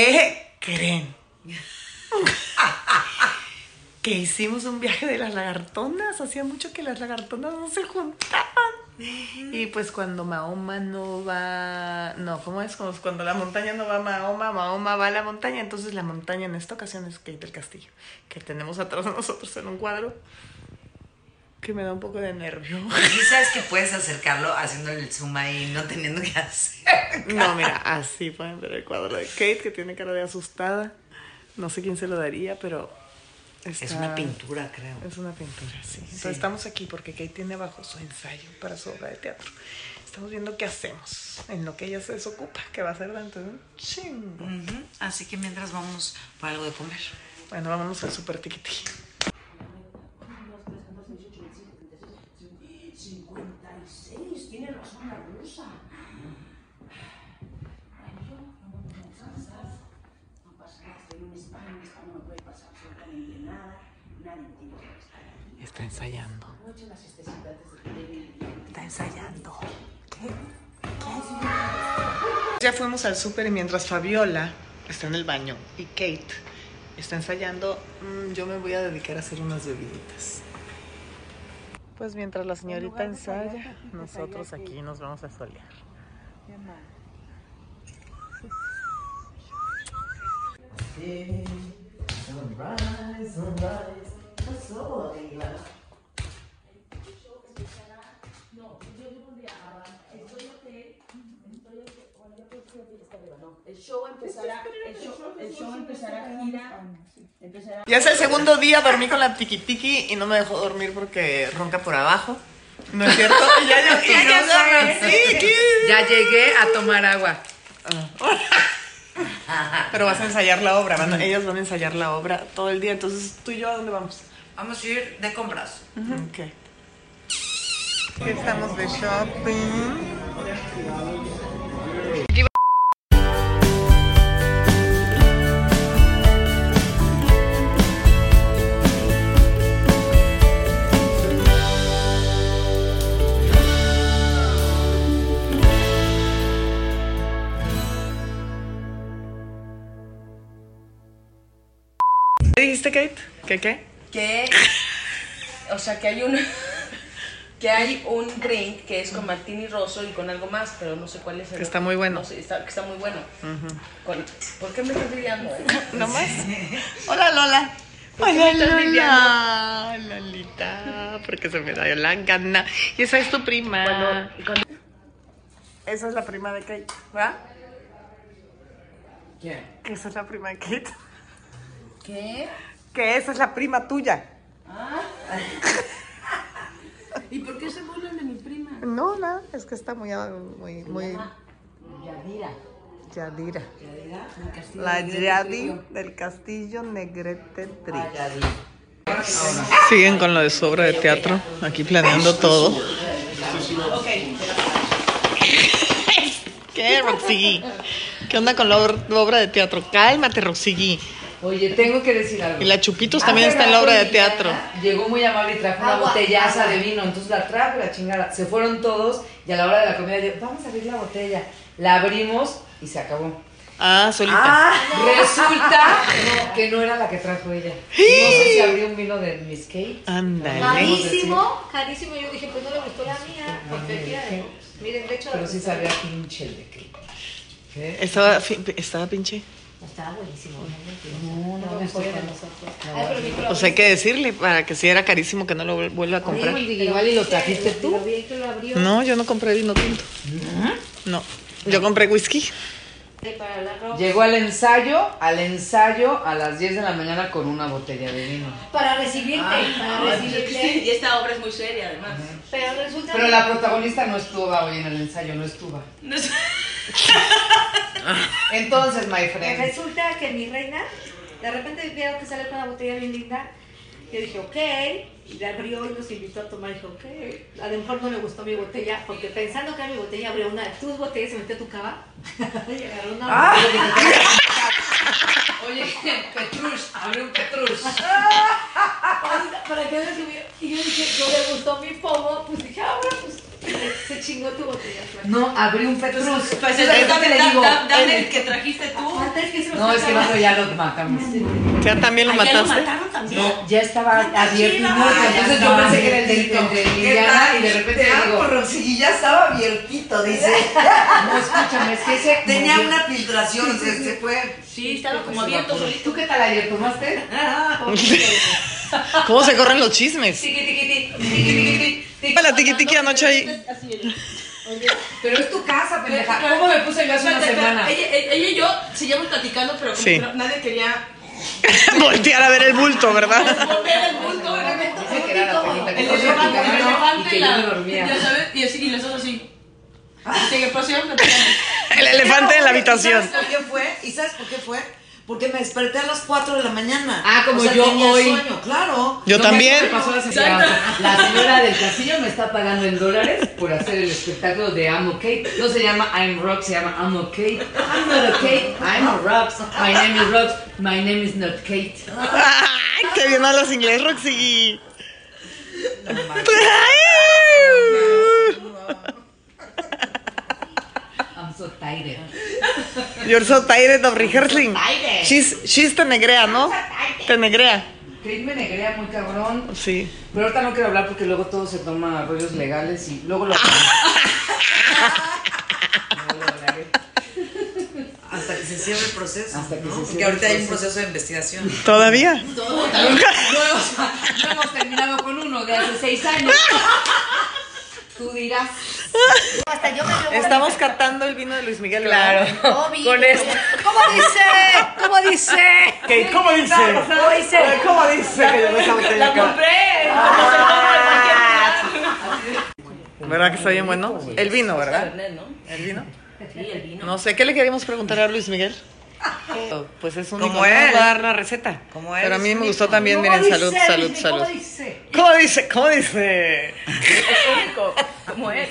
¿Qué creen? que hicimos un viaje de las lagartonas. Hacía mucho que las lagartonas no se juntaban. Y pues cuando Mahoma no va. No, ¿cómo es? Como cuando la montaña no va a Mahoma, Mahoma va a la montaña. Entonces la montaña en esta ocasión es Kate del Castillo, que tenemos atrás de nosotros en un cuadro que me da un poco de nervio. Sí sabes que puedes acercarlo haciéndole el zoom ahí, no teniendo que hacer. No, mira, así pueden ver el cuadro de Kate, que tiene cara de asustada. No sé quién se lo daría, pero. Es está- una pintura, creo. Es una pintura, sí. Entonces Sí. estamos aquí porque Kate tiene abajo su ensayo para su obra de teatro. Estamos viendo qué hacemos en lo que ella se desocupa, que va a ser dentro de un chingo. Ujú, Así que mientras vamos por algo de comer. Bueno, vámonos al super tiquití. Está ensayando. Está ensayando. Ya fuimos al súper y mientras Fabiola está en el baño y Kate está ensayando, mm, yo me voy a dedicar a hacer unas bebiditas. Pues mientras la señorita ensaya, nosotros aquí nos vamos a solear. El show empezará, el show, el show empezará gira, empezará Ya es el segundo día, dormí con la tiki tiki y no me dejó dormir porque ronca por abajo. ¿No es cierto? Y ya yo, ya, No ya, sé. Ya llegué a tomar agua. Pero vas a ensayar la obra, van a- ellas van a ensayar la obra todo el día. Entonces, ¿tú y yo a dónde vamos? Vamos a ir de compras. Ok. Aquí Estamos de shopping. ¿Qué dijiste, Kate? ¿Qué qué? que, o sea, que hay un, que hay un drink que es con martini rosso y con algo más, pero no sé cuál es. el Que otro. está muy bueno. No sé, está, que está muy bueno. Con- ¿Por qué me estás brillando? eh? ¿No más? Hola Lola. Hola Lola. Lolita, porque se me da la gana. Y esa es tu prima. Esa es la prima de Kate, ¿verdad? ¿Quién? Que esa es la prima de Kate. ¿Qué? Que esa es la prima tuya. Ah. ¿Y por qué se burlan de mi prima? No, no, es que está muy, muy, muy Yadira. Yadira. Yadira. del Castillo La Negrete Yadi Trillo. del Castillo Negrete Tri. Ah, Yadira. Siguen con lo de su obra de teatro, aquí planeando todo. ¿Qué, Roxy? ¿Qué onda con la or- la obra de teatro? Cálmate, Roxy. Oye, tengo que decir algo. Y la Chupitos Pues también está en la obra de teatro. Llegó muy amable y trajo una botellaza de vino, entonces la trajo y la chingada. Se fueron todos y a la hora de la comida yo, vamos a abrir la botella. La abrimos y se acabó. Ah, solita. Resulta que no era la que trajo ella. No sé si abrió un vino de Miss Kate. Ándale. Carísimo, carísimo. Yo dije, pues no le gustó la mía, porque fíjate, miren, de hecho, Pero sí sabía pinche el de ¿Eh? Kate. ¿Qué? Estaba, fi- estaba pinche. estaba buenísimo. realmente. No, no La me mejor gusta. de nosotros. Ay, pero mi O sea, hay que decirle para que si era carísimo que no lo vuel- vuelva a comprar. Igual y lo trajiste tú. Lo vi que lo abrió No, yo no compré vino tinto. No, yo compré whisky. para la ropa. Llegó al ensayo, al ensayo a las 10 de la mañana con una botella de vino. Para recibirte, Ah, para Y recibirte. esta obra es muy seria, además. Pero resulta Pero que- la protagonista no estuvo hoy en el ensayo, no estuvo. No sé. Entonces, my Pues friend. resulta que mi reina, de repente veo que sale con la botella bien linda. Yo dije, ok. Y la abrió y nos invitó a tomar. Dije, ok. A lo mejor no le gustó mi botella, porque pensando que era mi botella, abrió una de tus botellas y se metió a tu cava. y agarró una. Ah. Oye, Petrush, abrió un Petrush. Ahorita, para que veas que me- Y yo dije, no le gustó mi pomo. ah, Pues dije, ahora pues. Se chingó chingó tu botella. Flaca. No, abrí un Petrus. Pues Entonces, entonces, ahorita dame, le da- digo, da- dame Eli. el que trajiste tú. Aparte es que se No, es que el otro ya lo matamos. Ya también lo Ah, ¿ya mataste. mataron también. No, ya estaba abierto y chida. muerto. Ah, ya Entonces yo estaba pensé que era el del- el de Liliana y de repente Te le amo, digo, Rosy, ya estaba abiertito, dice. no, escúchame, es que ese... Tenía murió". una filtración, se, se fue. Sí, estaba como Pues, abierto ¿tú- solito. ¿Tú qué tal ayer tomaste? ¿Cómo se corren los chismes? Tiqui, tiqui, tiqui, tiqui, tiqui, tiqui. Para tiki tiki anoche ahí. Así es. Pero es tu casa, pendeja. ¿Cómo me puse yo hace una Espérate, semana? espérate, Ella, ella- ella y yo seguíamos platicando, pero como Sí. que no- nadie quería Voltear a ver el bulto, ¿verdad? volver al mundo. ¿verdad? Dice que era la pelita que El todos elefante, el platicaban y elefante, que yo la- me dormía. Ah. ya sabes, y así, y los otros así. Así que pusieron platicando. El elefante en la habitación. ¿Sabes por qué fue? ¿Y sabes por qué fue? Porque me desperté a las 4 de la mañana. Ah, como O sea, yo tenía hoy. sueño, claro. Yo No me acuerdo también. qué pasó la semana pasada. La señora del castillo me está pagando en dólares por hacer el espectáculo de I'm Okay. No se llama I'm Rock, se llama I'm Okay. I'm not okay, I'm a Rocks. My name is Rocks, my name is not Kate. ¡Ay, qué bien hablas inglés, Roxy! I'm so tired. You're so tired of rehearsing. She's, she's tenegrea, ¿no? Tenegrea. Kate me negrea muy cabrón. Sí. Pero ahorita no quiero hablar porque luego todo se toma rollos legales y luego lo Luego lo hablaré. Hasta que se cierre el proceso. Hasta que ¿no? se cierre Porque ahorita el hay un proceso de investigación. ¿Todavía? Luego, no hemos terminado con uno de hace seis años. Tú dirás. Hasta yo me veo Estamos cantando el vino de Luis Miguel. bonita. Obvio. ¿Cómo dice? ¿Cómo dice? Kate, ¿cómo dice? ¿Cómo dice? ¿Cómo dice que llevó esa botella acá? ¿Verdad que está bien bueno? El vino, ¿verdad? Fernet, ¿no? El vino. Sí, el vino. No sé, ¿qué le queríamos preguntar a Luis Miguel? Pues es único. Como no nos él. va a dar la receta. Como él, Pero a es mí me único. gustó también. Miren, salud, salud, salud. ¿Cómo dice? ¿Cómo dice? ¿Cómo es?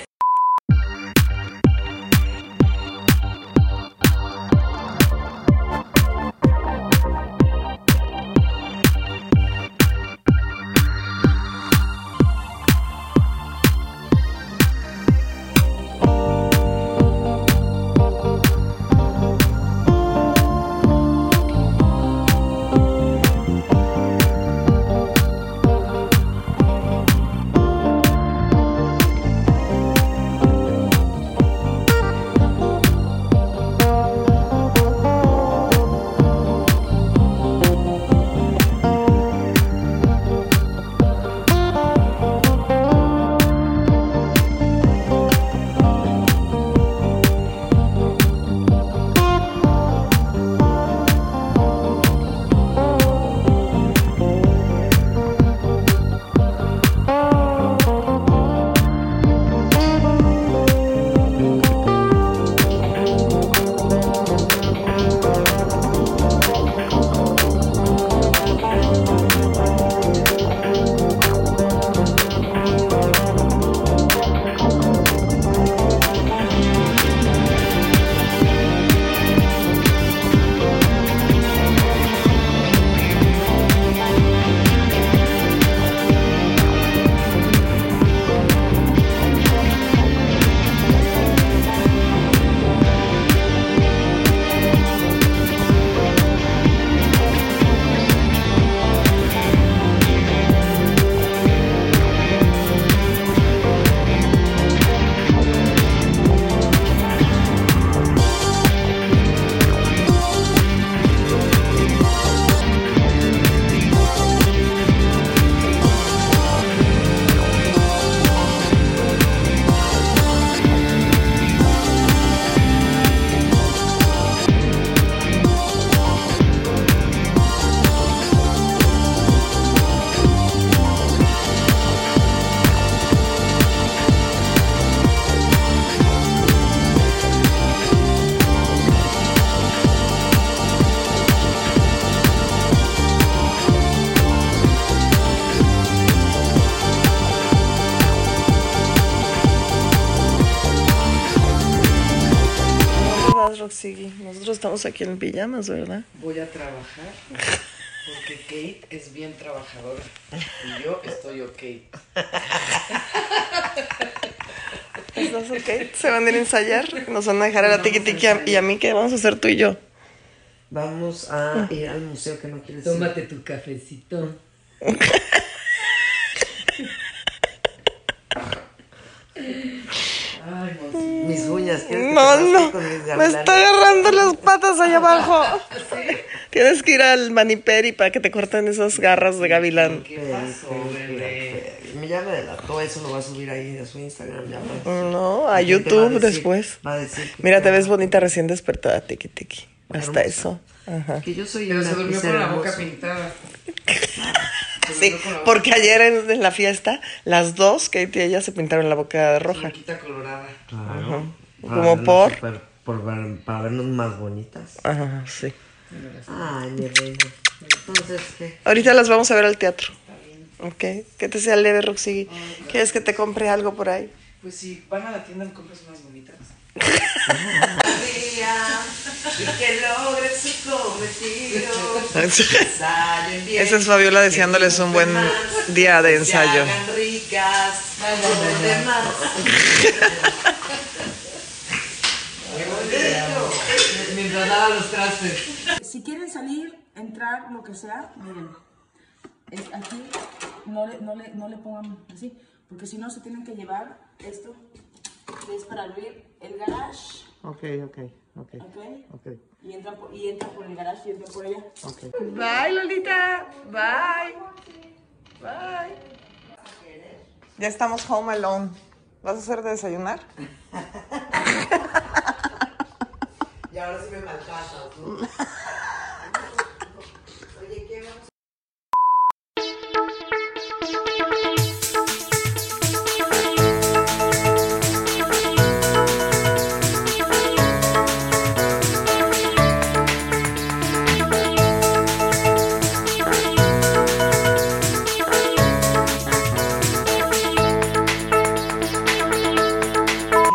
¿Dónde vas, Roxy? Nosotros estamos aquí en pijamas, ¿verdad? Voy a trabajar porque Kate es bien trabajadora y yo estoy ok. ¿Estás ok? Se van a ir a ensayar. Nos van a dejar a la tiki tiki y a mí que vamos a hacer tú y yo. Vamos Ah. a ir al museo que no quieres ir. Tómate tu cafecito. Ay, no. Mis uñas, ¿quieres que No, te rasque no. con mis Me gavilanes? está agarrando las patas allá abajo. Tienes que ir al maniperi para que te corten esas garras de gavilán. Pero, pero, pero, Me llama de la todo eso lo va a subir ahí a su Instagram. Ya va. No, a La gente va Ah, YouTube decir- después. Va a decir que Mira, te está- ves bonita recién despertada, tiki tiki. Hasta Hermosa. eso. Ajá. Que yo soy Pero una se durmió pizza con la hermosa. boca pintada. Sí, porque ayer en, en la fiesta, las dos, Kate y ella, se pintaron la boca de roja. Boquita colorada. Claro. Para Como vernos por- super- por ver- para vernos más bonitas. Ajá, sí. Ay, mi reina. Entonces, ¿qué? Ahorita las vamos a ver al teatro. Ok, que te sea leve, Roxy. ¿Quieres que te compre algo por ahí? Pues si van a la tienda me compras unas bonitas. Y que logre su cometido. Salen bien. Esa es Fabiola deseándoles un buen día de ensayo. ricas. Mientras daba los trastes. Si quieren salir, entrar, lo que sea, miren, es aquí no le, no le- no le pongan así, porque si no se tienen que llevar esto, que es para abrir el garage, Ok, ok, ok, ¿ok? ok. Y entran por, y entran por el garage y entran por allá. Ya estamos home alone. ¿Vas a hacer de desayunar? Y ahora sí me maltratas, ¿no? Oye, ¿qué vamos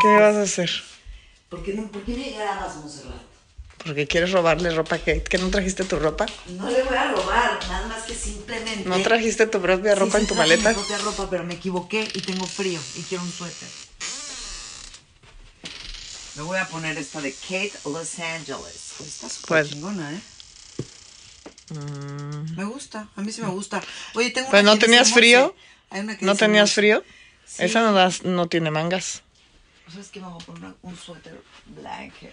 ¿Qué vas a hacer? ¿Por qué, no, ¿Por qué me grabas, Monserrat? Porque quieres robarle ropa a Kate. ¿Que no trajiste tu ropa? No le voy a robar, nada más que simplemente. ¿No trajiste tu propia ropa en tu maleta? No propia ropa, pero me equivoqué y tengo frío y quiero un suéter. Me voy a poner esta de Kate Los Angeles. Pues está súper Pues. chingona, ¿eh? Me gusta, a mí sí me gusta. Oye, tengo Mm. ¿Pero no una que dice tenías Monse. frío? Hay una que ¿No dice tenías Monse. frío? Sí. Esa no, das- no tiene mangas. ¿Sabes qué? Me voy a poner una- un suéter blanket.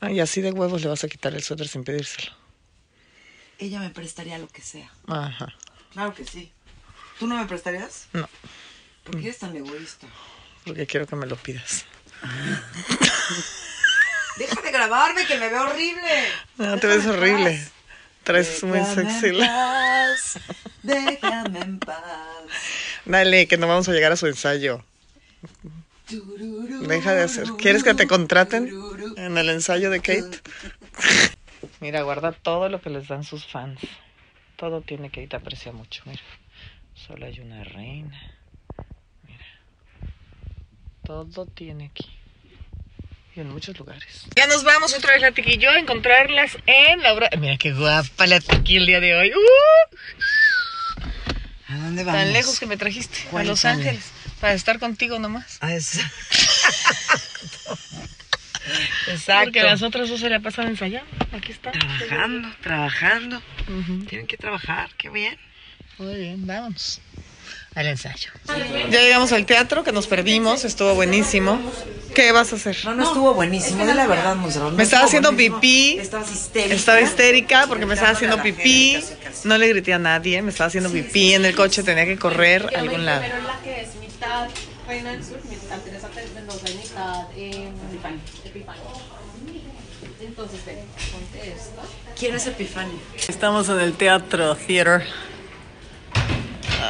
Ah, y así de huevos le vas a quitar el suéter sin pedírselo. Ella me prestaría lo que sea. Ajá. Claro que sí. ¿Tú no me prestarías? No. ¿Por qué eres tan egoísta? Porque quiero que me lo pidas. Deja de grabarme que me veo horrible. No, te ves Déjame en horrible. paz. Traes muy Déjame en sexy. la- paz, Déjame en paz. Dale, que no vamos a llegar a su ensayo. Deja de hacer. ¿Quieres que te contraten en el ensayo de Kate? Mira, guarda todo lo que les dan sus fans. Todo tiene Kate aprecia mucho. Mira, solo hay una reina. Mira, todo tiene aquí. Y en muchos lugares. Ya nos vamos otra vez la Tiki y yo a encontrarlas en la obra. Mira qué guapa la Tiki el día de hoy. ¡Uh! ¿A dónde vamos? Tan lejos que me trajiste, a Los Cuéntame. Ángeles, para estar contigo nomás. A esa- Porque las otras dos se la pasan ensayando. Aquí está. Trabajando, trabajando. Ujú. Tienen que trabajar, qué bien. Muy bien, vámonos al ensayo. Ya llegamos al teatro, que nos perdimos, estuvo buenísimo. ¿Qué vas a hacer? No, no estuvo buenísimo, de la verdad, Monserrat. no Me estaba estuvo haciendo buenísimo. pipí. Estabas histérica. Estaba histérica porque me estaba haciendo Gritándole a la pipí. gente, casi, casi. No le grité a nadie, me estaba haciendo pipí en el coche, tenía que correr a algún lado. Pero es la que es mitad Reina del Sur, mitad Teresa Mendoza y mitad eh, Epifania. Entonces, ven, ponte esto. ¿Quién es Epifania? Estamos en el teatro, theater.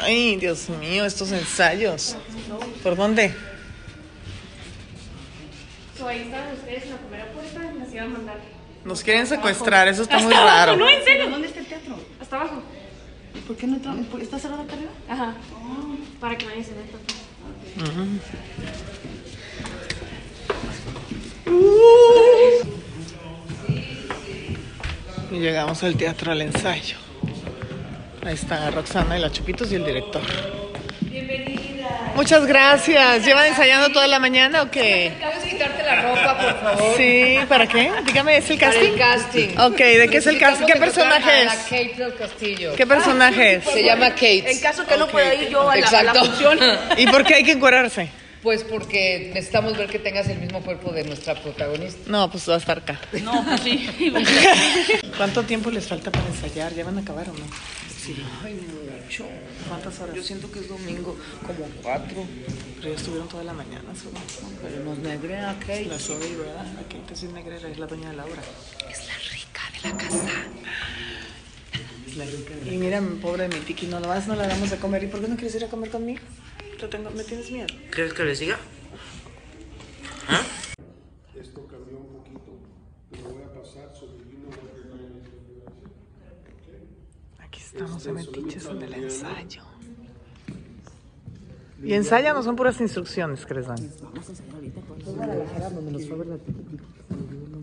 Ay, Dios mío, estos ensayos. ¿Por dónde? So, ahí están ustedes en la primera puerta, les iba a mandar. Nos quieren secuestrar, eso está muy raro. en serio. ¿Dónde está el teatro? Hasta abajo. ¿Por qué no entramos? ¿Está cerrada acá arriba? Ajá. Para que nadie se meta. este Y llegamos al teatro al ensayo. Ahí está Roxana y la Chupitos y el director. ¡Bienvenida! Muchas gracias. ¿Llevan ensayando toda la mañana o qué? Vamos a quitarte la ropa, por favor. Sí, ¿para qué? Dígame, ¿es el Para casting? el casting. Ok, ¿de qué es el casting? ¿Qué personaje personaje es? A la Kate del Castillo. ¿Qué personaje es? Se llama Kate. En caso que no pueda ir yo a la, a la Exacto. función. ¿Y por qué hay que encuerarse? Pues porque necesitamos ver que tengas el mismo cuerpo de nuestra protagonista. No, pues va a estar acá. No, pues sí. ¿Cuánto tiempo les falta para ensayar? ¿Ya van a acabar o no? ¿Cuántas horas? Yo siento que es domingo, como cuatro. Pero ya estuvieron toda la mañana, seguro. Pero nos negrea Kate. La soy, ¿verdad? La Kate es negrera, es la doña Laura. Es la rica de la casa. Y mira, mi pobre mi tiki, no la vas, no la damos de comer. ¿Y por qué no quieres ir a comer conmigo? Te tengo, ¿Me tienes miedo? ¿Quieres que le siga? Aquí estamos en metiches en el ensayo. Y ensayan no son puras instrucciones que les dan.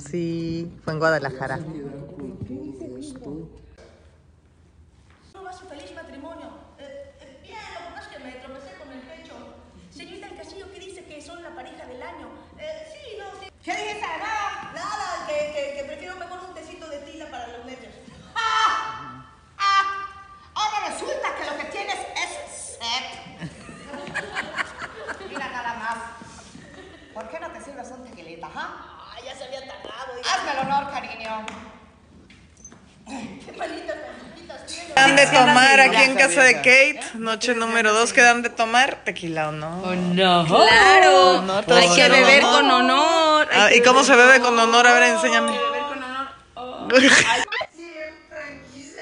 Sí, fue en Guadalajara. va su feliz matrimonio. Eh, eh, bien, lo que pasa es que me tropecé con el pecho. Señorita del Castillo, ¿qué dice que son la pareja del año? Eh, sí, no, sí. ¿Qué dije? Nada, nada, que, que, que prefiero mejor un tecito de tila para los nervios. ¡Ah! ¡Ah! Ahora resulta que lo que tienes es sed. Mira nada más. ¿Por qué no te sirves un tequilita, ah? Ah, ya se había tardado. Hazme el honor, cariño. Qué manitas tan chiquitas tienes. Quedan de tomar aquí en casa de Kate, noche número dos, quedan de tomar tequila o no. Oh no. Claro. todo hay que no. beber con honor. hay Ah, que ¿Y cómo se bebe con honor? A ver, enséñame. beber con honor. Siempre quise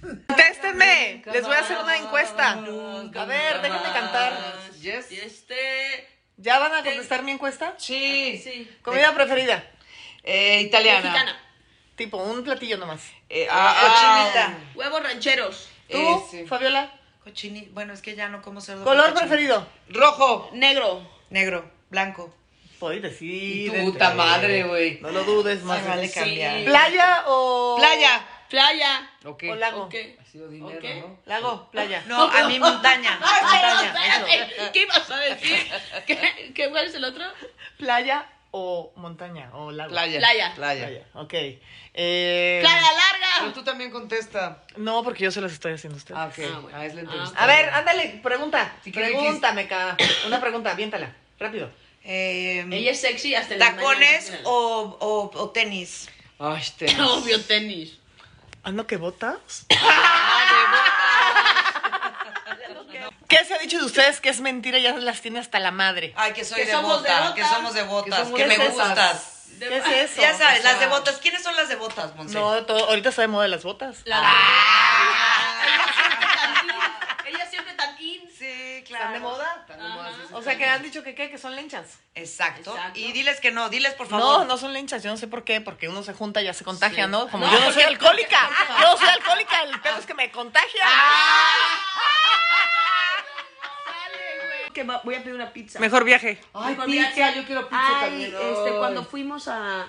¡Contéstenme! Les voy a hacer una encuesta. Ah, A ver, déjenme cantar. Y este. ¿Ya van a contestar mi encuesta? Sí. Sí. ¿Comida preferida? Eh, italiana. Mexicana. Tipo, un platillo nomás. Eh, ah, Cochinita. Huevos rancheros. Eh, ¿Tú, Ese. Fabiola? Cochinita. Bueno, es que ya no como cerdo. ¿Color con cochinita. preferido? Rojo. Negro. Negro, blanco. Puedes decir. Puta madre, güey. No lo dudes, más Ay, vale cambiar. ¿Playa o.? Playa. Playa. Ok. ¿O lago? Ok. Ha sido dinero, Ok. ¿no? Lago, playa. No, a mí Ah, montaña. montaña. eso. espérate. ¿Qué ibas a decir? ¿Qué, qué, ¿Cuál es el otro? ¿Playa o montaña o lago? Playa. Playa. Playa. Playa, ok. Eh, Playa Pero larga. tú también contesta. No, porque yo se las estoy haciendo a ustedes. Ah, ok. Ah, bueno. Ah, es la entrevista. A ver, ándale, pregunta. Si quieres- Pregúntame, ca- Una pregunta, aviéntala. Rápido. Eh, Ella es sexy hasta el ¿Tacones o, o- o tenis? Ay, este, te. Obvio, tenis. Ah, no, que botas. ¿Qué se ha dicho de ustedes que es mentira y ya las tiene hasta la madre? Ay, que soy Que de, somos de bota, botas. Que somos de botas. Que, somos me de esas. gustas. ¿Qué es eso? Ya sabes, O las de sea, botas. ¿Quiénes son las de botas, Monse? No, todo, ahorita está de moda las botas. Ah. La Ah. Ella siempre tan in. Sí, ¿Están claro. de moda? Ajá. O sea, que han dicho que qué, que son lenchas. Exacto. Exacto. Y diles que no, diles por favor. No, no son lenchas, yo no sé por qué, porque uno se junta y ya se contagia, ¿no? Como No, yo no soy porque- alcohólica, yo no soy alcohólica, el pedo es que me contagia. Que va- voy a pedir una pizza. Mejor viaje. Ay, Mejor pizza, viaje. yo quiero pizza Ay, también. este, Ay. cuando fuimos a.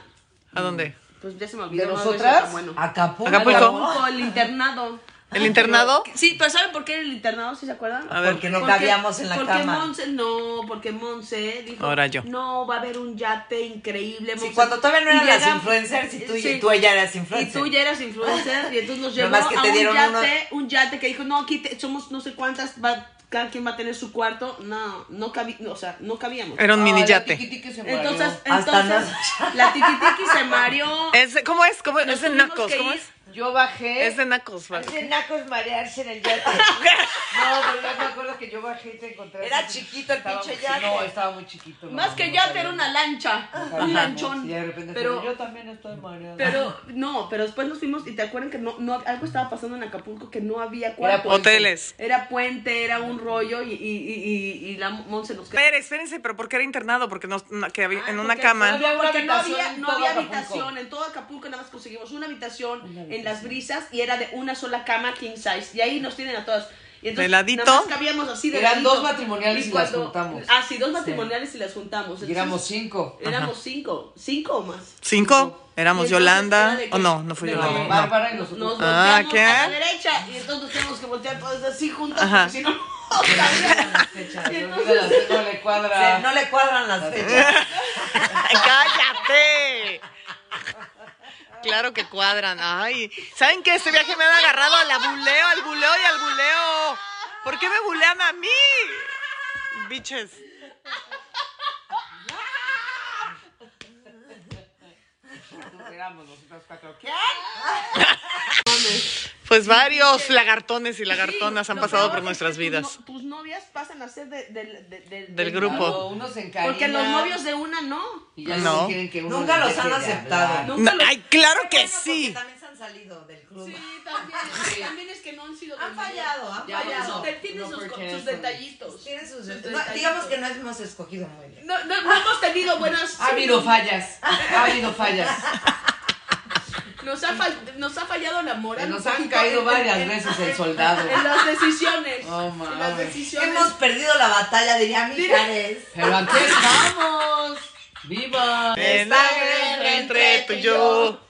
¿A dónde? Pues ya se me olvidó. ¿De no, no es nosotras? tan bueno. Ah, Acapulco. Acapulco. Acapulco, el internado. ¿El internado? Sí, pero ¿saben por qué era el internado? ¿Sí se acuerdan? A ver. Porque Ah, no Porque- cabíamos en la porque cama. Monse, no, porque Monse dijo, Ahora yo. no, va a haber un yate increíble. Sí, Monse". cuando todavía no Y eran las llega- influencers y tú, y Sí. tú ella eras Y influencer. tú ya eras influencer y entonces nos llevó Nomás que a te un dieron yate, un yate que dijo, no, aquí te- somos no sé cuántas, va- cada quien va a tener su cuarto. No, no, cabi- no, o sea, no cabíamos. Era un Ah, mini la yate. tiquitiqui se mareó. Entonces, Hasta entonces la tiquitiqui se mareó. Es, ¿Cómo es? ¿Cómo es? Nos Es de tuvimos nacos, que ¿cómo ir. es? Yo bajé. Es de nacos, vale. Es de nacos marearse en el yate. No, pero yo me acuerdo que yo bajé y te encontré. Era chiquito el Estaba- pinche yate. No, estaba muy chiquito. Más que yate era una lancha, un lanchón. Y de repente Pero- yo también estoy mareada. Pero no, pero después nos fuimos y te acuerdan que no, no algo estaba pasando en Acapulco que no había cuarto. puente. Hoteles. Era puente, era un rollo y, y, y, y- y la Monse nos A ver, espérense, pero ¿por qué era internado? Porque no, no- que había- en una Porque- cama. No, porque no había, en no todo había Acapulco. habitación. En todo Acapulco nada más conseguimos una habitación en las brisas y era de una sola cama king size. Y ahí nos tienen a todas. Y entonces, ¿De ladito? Nada más cabíamos así de Eran ladito. dos matrimoniales y las juntamos. Ah, sí, dos matrimoniales y las juntamos. Y éramos cinco. Éramos Ajá. cinco. ¿Cinco o más. ¿Cinco? Éramos Y entonces era Yolanda. de que- ¿O no? No fui de Yolanda. que no. Bárbara y nosotros. Nos Ah, volteamos a la ¿qué? derecha y entonces tenemos que voltear todas así juntas Ajá. porque si no, no le cuadra. no le cuadran las Eh, fechas. ¡Cállate! Claro que cuadran. Ay, ¿saben qué? Este viaje me han agarrado al buleo, al buleo y al buleo. ¿Por qué me bulean a mí? Biches. Éramos nosotros cuatro. ¿Qué? Pues varios lagartones y lagartonas Sí, han lo pasado peor por es nuestras que tus vidas. no- Tus novias pasan a ser de- del- de- del- Del grupo. Claro, uno se encariña. Porque los novios de una no. Y ya No. no quieren que uno Nunca les los han deje de aceptado. hablar. No, ay, claro que sí. También se han salido del club. también, también es que no han sido Han fallado, han Ya, fallado. bueno, usted tiene No sus, pretend. sus detallitos. Tienen sus- Sus no, detallitos. digamos que no hemos escogido muy bien. No, no, no hemos tenido buenas. Ha habido fallas. Ha habido fallas. Nos ha, fal- nos ha fallado la moral. Nos un han poquito caído en- varias en- veces el soldado. En las decisiones. Oh, en las mames. decisiones. Hemos perdido la batalla, diría Mijares. Pero aquí estamos. ¡Viva! En la guerra entre tú y yo.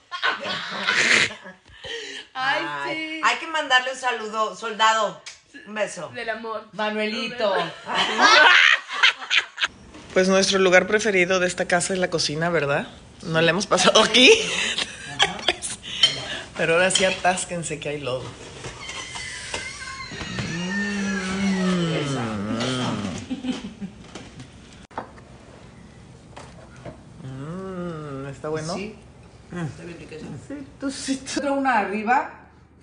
Ay, Ay, sí. Hay que mandarle un saludo, soldado. Un beso. Del amor. Manuelito. Pues nuestro lugar preferido de esta casa es la cocina, ¿verdad? No la hemos pasado aquí. Pues, Pero ahora sí atásquense que hay lodo. Mm, ¿Está bueno? Sí. Tú sí. Otra una arriba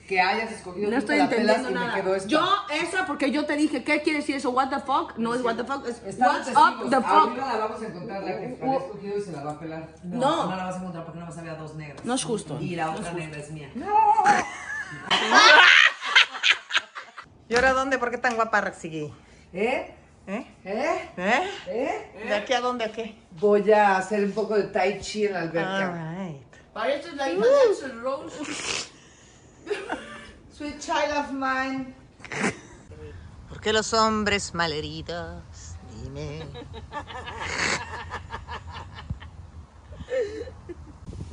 que hayas escogido. No tú estoy te la pelas entendiendo y me nada. quedó esta. Yo, esa, porque yo te dije, ¿qué quiere decir eso? ¿What the fuck? No es what the fuck, es what's Estamos testigos. up the fuck. Ahorita la vamos a encontrar la que fue escogido y se la va a pelar. No. la vas a encontrar porque Uh, no vas a ver a dos negras. No es justo. Y la otra negra es mía. ¿Y ahora dónde? ¿Por qué tan guapa Raxigui? ¿Eh? ¿Eh? ¿Eh? ¿Eh? ¿Eh? ¿De aquí a dónde a qué? Voy a hacer un poco de tai chi en la alberca. Ah. Alright. Para esto es la hija de Axel Rose. Sweet child of mine. ¿Por qué los hombres malheridos? Dime.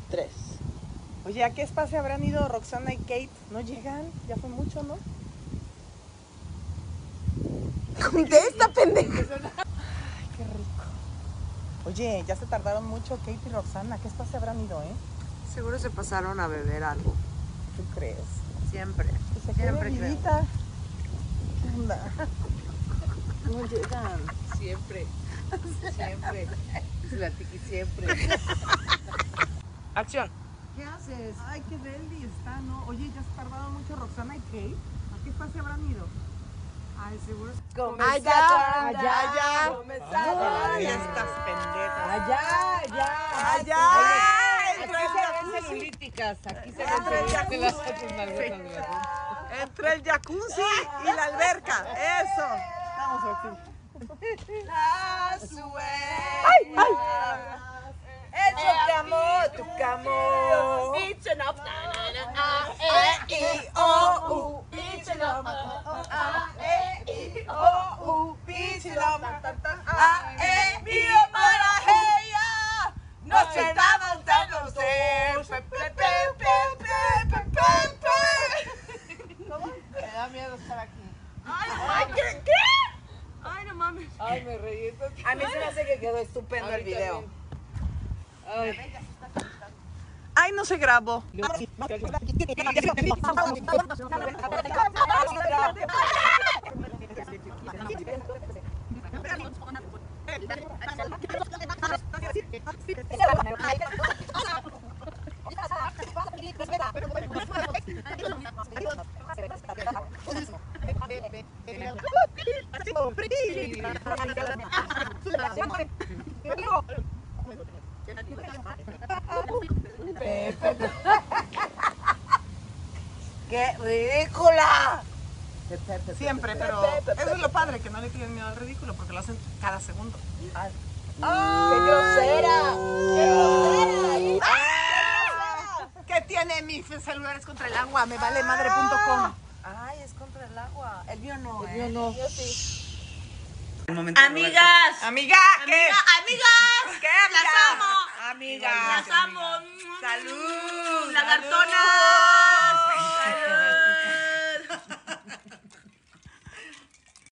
Tres. Oye, ¿a qué spa se habrán ido Roxana y Kate? ¿No llegan? Ya fue mucho, ¿no? ¡Contesta, pendejo! Ay, qué rico. Oye, ya se tardaron mucho Kate y Roxana. ¿A qué spa se habrán ido, eh? Seguro se pasaron a beber algo. ¿Tú crees? Siempre. Pues aquí Siempre hay bebidita. ¿Qué onda? No llegan. Siempre. Siempre. La tiki siempre. Acción. ¿Qué haces? Ay, qué deli está, ¿no? Oye, ya se tardaron mucho Roxana y Kate. ¿A qué espacio habrán ido? Ay, seguro. Allá, allá, allá. allá. Ay, estas pendejas. Allá, allá. Allá. Entra Aquí se el ven jacuzzi. celulíticas, aquí se Ah, Entra el ven celulíticas. jacuzzi. Entra el jacuzzi y la alberca. Eso. Vamos, Roxy. ¡Ay, Eso, amor, tu camo. E, O, U, E, O, U, A, E, I, O, para ella. Nos sentamos dándose. Pe, pe, pe, pe, pe, pe, pe, pe. Me da miedo estar aquí. ay, ¿qué? ¿Qué? Ay, no mames. Ay, me reí. A mí se me hace que quedó estupendo el video. Ay, no se grabó. ¡Qué ridícula! Siempre, pero eso es lo padre, que no le tienen miedo al ridículo porque lo hacen cada segundo. ¡Qué grosera! ¡Qué grosera! ¿Qué tiene mis celulares contra el agua? Me vale Ah. madre.com. Ay, es contra el agua. El mío no. El mío no. Yo sí. Amigas. Amiga, ¿qué? Amiga, amigas. ¿Qué, Las amiga? amo. Amiga. Las amo. Salud. Lagartona. Salud.